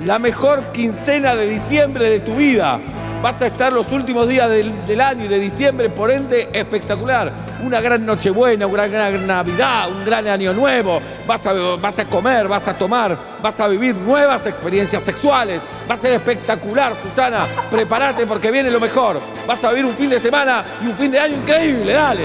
D: la mejor quincena de diciembre de tu vida. Vas a estar los últimos días del, del año y de diciembre, por ende, espectacular. Una gran Nochebuena, una gran Navidad, un gran Año Nuevo. Vas a, vas a comer, vas a tomar, vas a vivir nuevas experiencias sexuales. Va a ser espectacular, Susana. Prepárate porque viene lo mejor. Vas a vivir un fin de semana y un fin de año increíble. Dale.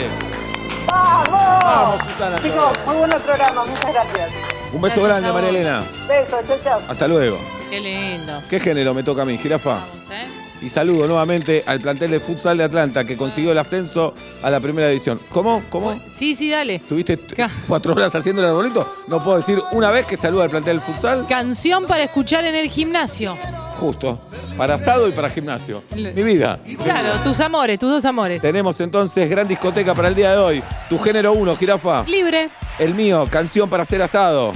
I: ¡Vamos!
D: Susana.
I: Chicos, muy buenos programas, muchas gracias.
D: Un beso
E: Gracias a
D: grande,
E: vos.
D: María Elena.
I: Besos, chau, chau.
D: Hasta luego.
E: Qué lindo.
D: ¿Qué género me toca a mí, jirafa?
E: Vamos, ¿eh?
D: Y saludo nuevamente al plantel de futsal de Atlanta que consiguió el ascenso a la primera división. ¿Cómo? ¿Cómo?
E: Sí, sí, dale.
D: ¿Tuviste t-
E: Ca-
D: cuatro horas haciendo el arbolito? No puedo decir una vez que saluda al plantel del futsal.
E: Canción para escuchar en el gimnasio.
D: Justo. Para asado y para gimnasio.
E: Le-
D: Mi vida.
E: Claro, tus amores, tus dos amores.
D: Tenemos entonces gran discoteca para el día de hoy. Tu género uno, jirafa.
E: Libre.
D: El mío, canción para hacer asado.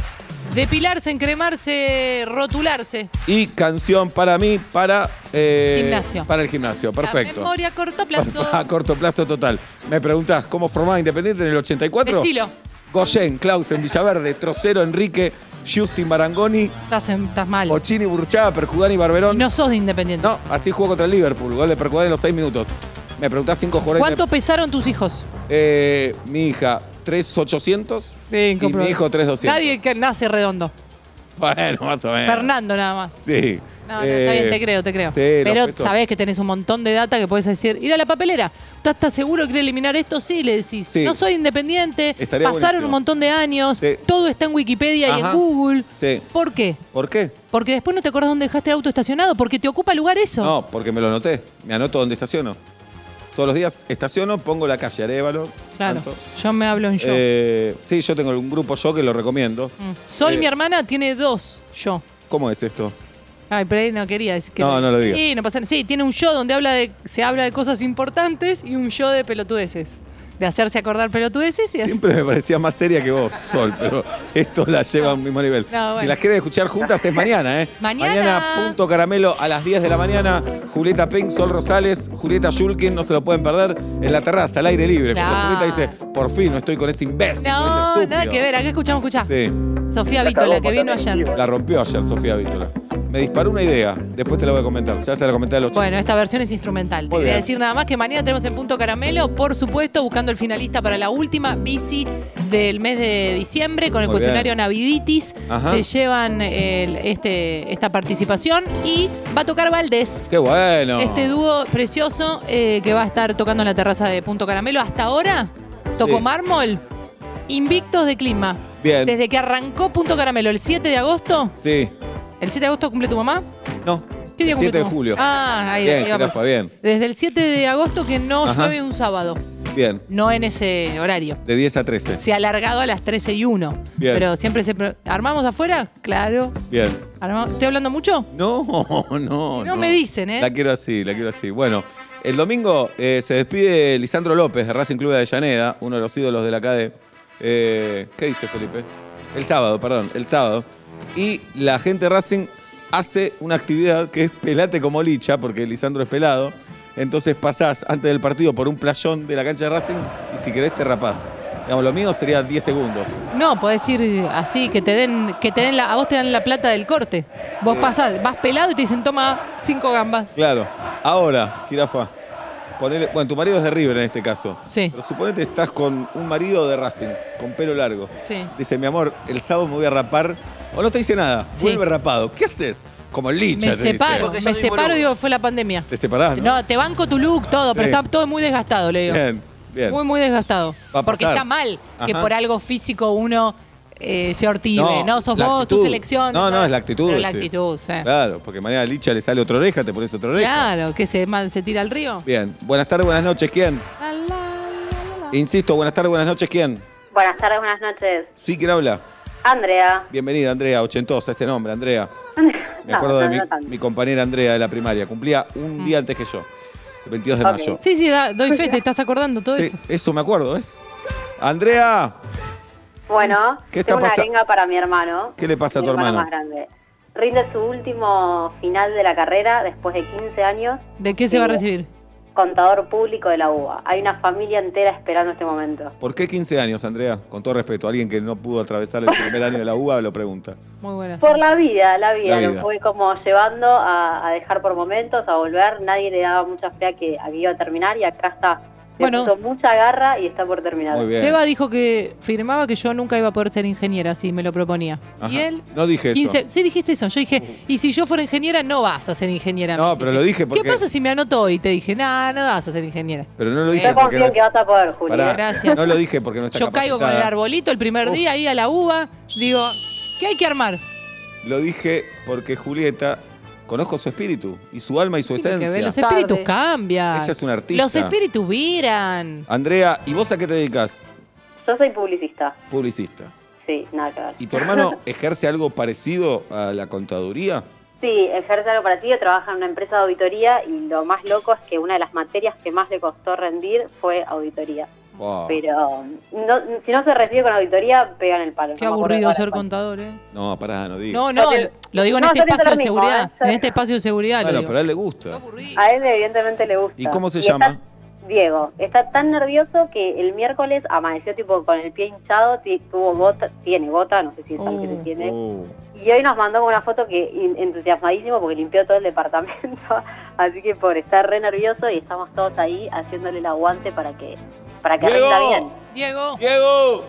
E: Depilarse, encremarse, rotularse.
D: Y canción para mí, para. eh,
E: Gimnasio.
D: Para el gimnasio, perfecto.
E: La memoria a corto plazo.
D: A corto plazo total. Me preguntás, ¿cómo formaba Independiente en el 84?
E: Decilo.
D: Goyen, Clausen, Villaverde, Trocero, Enrique, Justin Barangoni,
E: Estás, en- estás mal.
D: Ochini, Burchada, Percudani,
E: Y
D: Barberón.
E: no sos de independiente.
D: No, así jugó contra el Liverpool. Gol de Percudani en los seis minutos. Me preguntás cinco jugadores.
E: ¿Cuánto pesaron tus hijos?
D: Eh, mi hija, 3,800. Y mi hijo, 3,200.
E: Nadie que nace redondo.
D: Bueno, más o menos.
E: Fernando nada más.
D: Sí.
E: No, no,
D: Eh,
E: está bien, te creo, te creo.
D: sí, los
E: Pero
D: pesos.
E: sabés que tenés un montón de data que podés decir, ir a la papelera, ¿Tú estás seguro que querés eliminar esto? Sí, le decís.
D: Sí.
E: No soy independiente,
D: Estaría
E: pasaron
D: buenísimo.
E: un montón de años,
D: Sí.
E: todo está en Wikipedia y en
D: Ajá.
E: Google.
D: Sí.
E: ¿Por qué?
D: ¿Por qué?
E: Porque después no te acordás dónde dejaste el auto estacionado, porque te ocupa lugar eso.
D: No, porque me lo anoté. Me anoto donde estaciono. Todos los días estaciono, pongo la calle Arevalo.
E: claro.
D: tanto.
E: Yo me hablo en yo.
D: Eh, sí, yo tengo un grupo yo que lo recomiendo.
E: Mm. Sol,
D: eh.
E: mi hermana, tiene dos yo.
D: ¿Cómo es esto?
E: Ay, pero ahí no quería decir que.
D: No, no lo digas.
E: Sí, no pasa nada. Sí, tiene un yo donde habla de, se habla de cosas importantes y un yo de pelotudeces. De hacerse acordar pelotudeces y
D: Siempre me parecía más seria que vos, Sol, pero esto la lleva a un mismo nivel.
E: No, bueno.
D: Si las quieren escuchar juntas es mañana, ¿eh?
E: Mañana.
D: punto caramelo a las 10 de la mañana. Julieta Pink, Sol Rosales, Julieta Yulkin, no se lo pueden perder en la terraza, al aire libre. Porque
E: Claro.
D: Julieta dice, por fin no estoy con ese imbécil. con ese
E: No,
D: estúpido".
E: nada que ver. Acá escuchamos, escuchá.
D: Sí,
E: Sofía
F: La
E: Vítola,
F: cagó
E: que vino
F: porque
E: ayer.
F: no
D: la rompió ayer Sofía Vítola. Me disparó una idea, después te la voy a comentar. Ya se la comenté a los chicos.
E: Bueno, esta versión es instrumental. Te
D: Muy
E: quería
D: bien.
E: decir nada más que mañana tenemos en Punto Caramelo, por supuesto, buscando el finalista para la última bici del mes de diciembre con el
D: Muy
E: cuestionario Naviditis.
D: Ajá.
E: Se llevan el- este, esta participación y va a tocar Valdés.
D: Qué bueno.
E: Este dúo precioso eh, que va a estar tocando en la terraza de Punto Caramelo. Hasta ahora tocó
D: Sí.
E: mármol, invictos de clima.
D: Bien.
E: Desde que arrancó Punto Caramelo el 7 de agosto.
D: Sí.
E: ¿El 7 de agosto cumple tu mamá?
D: No.
E: ¿Qué día
D: El
E: cumple
D: 7 de
E: tu mamá?
D: julio.
E: Ah, ahí
D: Bien,
E: iba por-
D: jirafa, bien.
E: Desde el 7 de agosto que no
D: Ajá.
E: llueve un sábado.
D: Bien.
E: No en ese horario.
D: De 10 a 13.
E: Se ha alargado a las 13 y 1.
D: Bien.
E: Pero siempre se... pro- ¿Armamos afuera? Claro.
D: Bien.
E: Arma- ¿Estoy hablando mucho?
D: No, no, no.
E: No me dicen, ¿eh?
D: La quiero así, la quiero así. Bueno, el domingo eh, se despide Lisandro López de Racing Club de Avellaneda, uno de los ídolos de la CADE. Eh, ¿Qué dice Felipe? El sábado, perdón, el sábado. Y la gente de Racing hace una actividad que es pelate como licha, porque Lisandro es pelado. Entonces pasás antes del partido por un playón de la cancha de Racing y si querés te rapás. Digamos, lo mío sería 10 segundos.
E: No, podés ir así, que te den, que te den la, a vos te dan la plata del corte. Vos pasás, vas pelado y te dicen, toma cinco gambas.
D: Claro. Ahora, jirafa. Ponele, bueno, tu marido es de River en este caso.
E: Sí.
D: Pero suponete estás con un marido de Racing, con pelo largo.
E: Sí.
D: Dice, mi amor, el sábado me voy a rapar. O no te dice nada,
E: Sí.
D: vuelve rapado. ¿Qué haces? Como licha,
E: Me
D: te dice.
E: separo,
F: Porque yo
E: me
F: soy
E: separo
F: boludo.
E: y digo, fue la pandemia.
D: Te separás, ¿no?
E: No, te banco tu look, todo, pero
D: Sí.
E: está todo muy desgastado, le digo.
D: Bien, bien.
E: Muy, muy desgastado.
D: Va a
E: Porque
D: pasar.
E: está mal que
D: Ajá.
E: por algo físico uno eh, se ortive. No, sos
D: la
E: vos, tu
D: actitud.
E: selección.
D: No, no, es la actitud.
E: Pero la
D: sí.
E: actitud, sí.
D: Claro, porque mañana a licha le sale otra oreja, te pones otra oreja.
E: Claro, que se, mal, se tira al río.
D: Bien, buenas tardes, buenas noches, ¿quién?
E: La, la, la, la.
D: Insisto, buenas tardes, buenas noches, ¿quién?
I: Buenas tardes, buenas noches.
D: Sí, ¿quién habla?
I: Andrea.
D: Bienvenida, Andrea, ochentosa, ese nombre, Andrea. Me
I: No,
D: acuerdo
I: no,
D: de mi,
I: no tanto.
D: mi compañera Andrea de la primaria. Cumplía un día antes que yo, el 22 de
I: Ok.
D: mayo.
E: Mm. Sí, sí, da- doy fe, te estás acordando todo
D: Sí,
E: eso.
D: eso me acuerdo, ¿ves? Andrea,
I: Bueno,
D: ¿Qué está
I: tengo una
D: pasa-
I: arenga para mi hermano.
D: ¿Qué le pasa a
I: Mi
D: tu hermano?
I: más grande. Rinde su último final de la carrera después de 15 años,
E: ¿De qué se va a recibir?
I: contador público de la UBA. Hay una familia entera esperando este momento.
D: ¿por qué 15 años, Andrea? Con todo respeto, alguien que no pudo atravesar el primer año de la UBA lo pregunta.
E: Muy buenas.
I: Por la vida, la vida,
D: La
I: lo
D: vida.
I: fue como llevando a, a dejar por momentos, a volver. Nadie le daba mucha fe a que a que iba a terminar y acá está. Le
E: Bueno.
I: puso mucha garra y está por terminar.
D: Muy bien.
E: Seba dijo que firmaba que yo nunca iba a poder ser ingeniera si me lo proponía.
D: Ajá.
E: Y él.
D: No dije eso.
E: 15, sí, dijiste eso. Yo dije, y si yo fuera ingeniera, no vas a ser ingeniera.
D: No,
E: me
D: pero
E: dijiste.
D: lo dije porque-
E: ¿Qué pasa si me anoto hoy? Te dije, nada, no vas a ser ingeniera.
D: Pero no lo dije
I: Yo
D: porque.
I: confío
D: No,
I: en que vas a poder, Juli.
D: Pará,
E: Gracias.
D: no lo dije porque no está
E: Yo caigo con el
D: capacitada.
E: arbolito el primer
D: Uf.
E: día ahí a la uva, digo, ¿qué hay que armar?
D: Lo dije porque Julieta, conozco su espíritu y su alma y su
E: Tiene que ver,
D: esencia.
E: Los espíritus cambian.
D: Ella es una artista.
E: Los espíritus viran.
D: Andrea, ¿y vos a qué te dedicas?
I: Yo soy publicista.
D: Publicista.
I: Sí, nada que ver.
D: ¿Y tu hermano ejerce algo parecido a la contaduría?
I: Sí, ejerce algo parecido, trabaja en una empresa de auditoría y lo más loco es que una de las materias que más le costó rendir fue auditoría.
D: Buah,
I: Pero mm, no, si no se recibe con auditoría, pegan el palo.
E: Qué
I: no me acuerdo
E: aburrido
I: cuál
E: ser
I: fue.
E: contador, ¿eh?
D: No, pará, no digo.
E: No, no,
I: Porque-
E: lo digo en
I: No,
E: este
I: yo pienso
E: espacio de
I: lo mismo,
E: seguridad.
I: ¿eh?
E: En este espacio de seguridad. lo
D: Bueno,
E: digo.
D: Ah, pero a él le
E: Qué
D: gusta.
E: aburrido.
I: A él evidentemente le gusta.
D: ¿Y cómo se
I: está-
D: llama?
I: Diego. Está tan nervioso que el miércoles amaneció tipo con el pie hinchado, ti- tuvo gota, tiene gota, no sé si es algo que se
E: Oh.
I: tiene.
D: Oh.
I: Y hoy nos mandó una foto que in- entusiasmadísimo porque limpió todo el departamento. Así que por estar re nervioso y estamos todos ahí haciéndole el aguante para que para que
D: Diego.
I: rinda bien.
E: Diego.
D: Diego,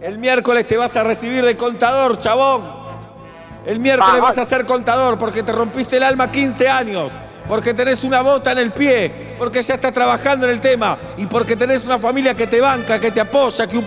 D: el miércoles te vas a recibir de contador, chabón. El miércoles
I: Vamos.
D: vas a ser contador porque te rompiste el alma 15 años, porque tenés una bota en el pie, porque ya estás trabajando en el tema y porque tenés una familia que te banca, que te apoya, que un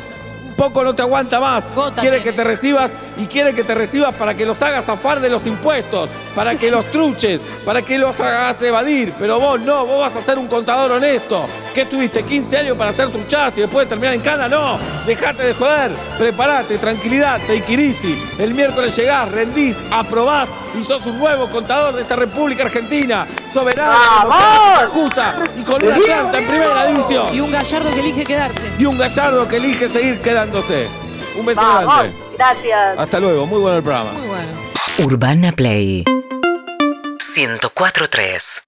D: un poco no te aguanta más.
E: Gota
D: quiere
E: tiene.
D: que te recibas y quiere que te recibas para que los hagas zafar de los impuestos, para que los truches, para que los hagas evadir. Pero vos no, vos vas a ser un contador honesto. ¿Qué tuviste? ¿15 años para hacer truchás y después terminar en cana? No, dejate de joder, preparate, tranquilidad, teikirisi. El miércoles llegás, rendís, aprobás y sos un nuevo contador de esta República Argentina. Soberana, democrática, justa y con una planta en primera división.
E: Y un gallardo que elige quedarse.
D: Y un gallardo que elige seguir quedándose. Un beso
I: Vamos.
D: grande.
I: Gracias.
D: Hasta luego, muy bueno el programa.
E: Muy bueno.
A: Urbana Play 104.3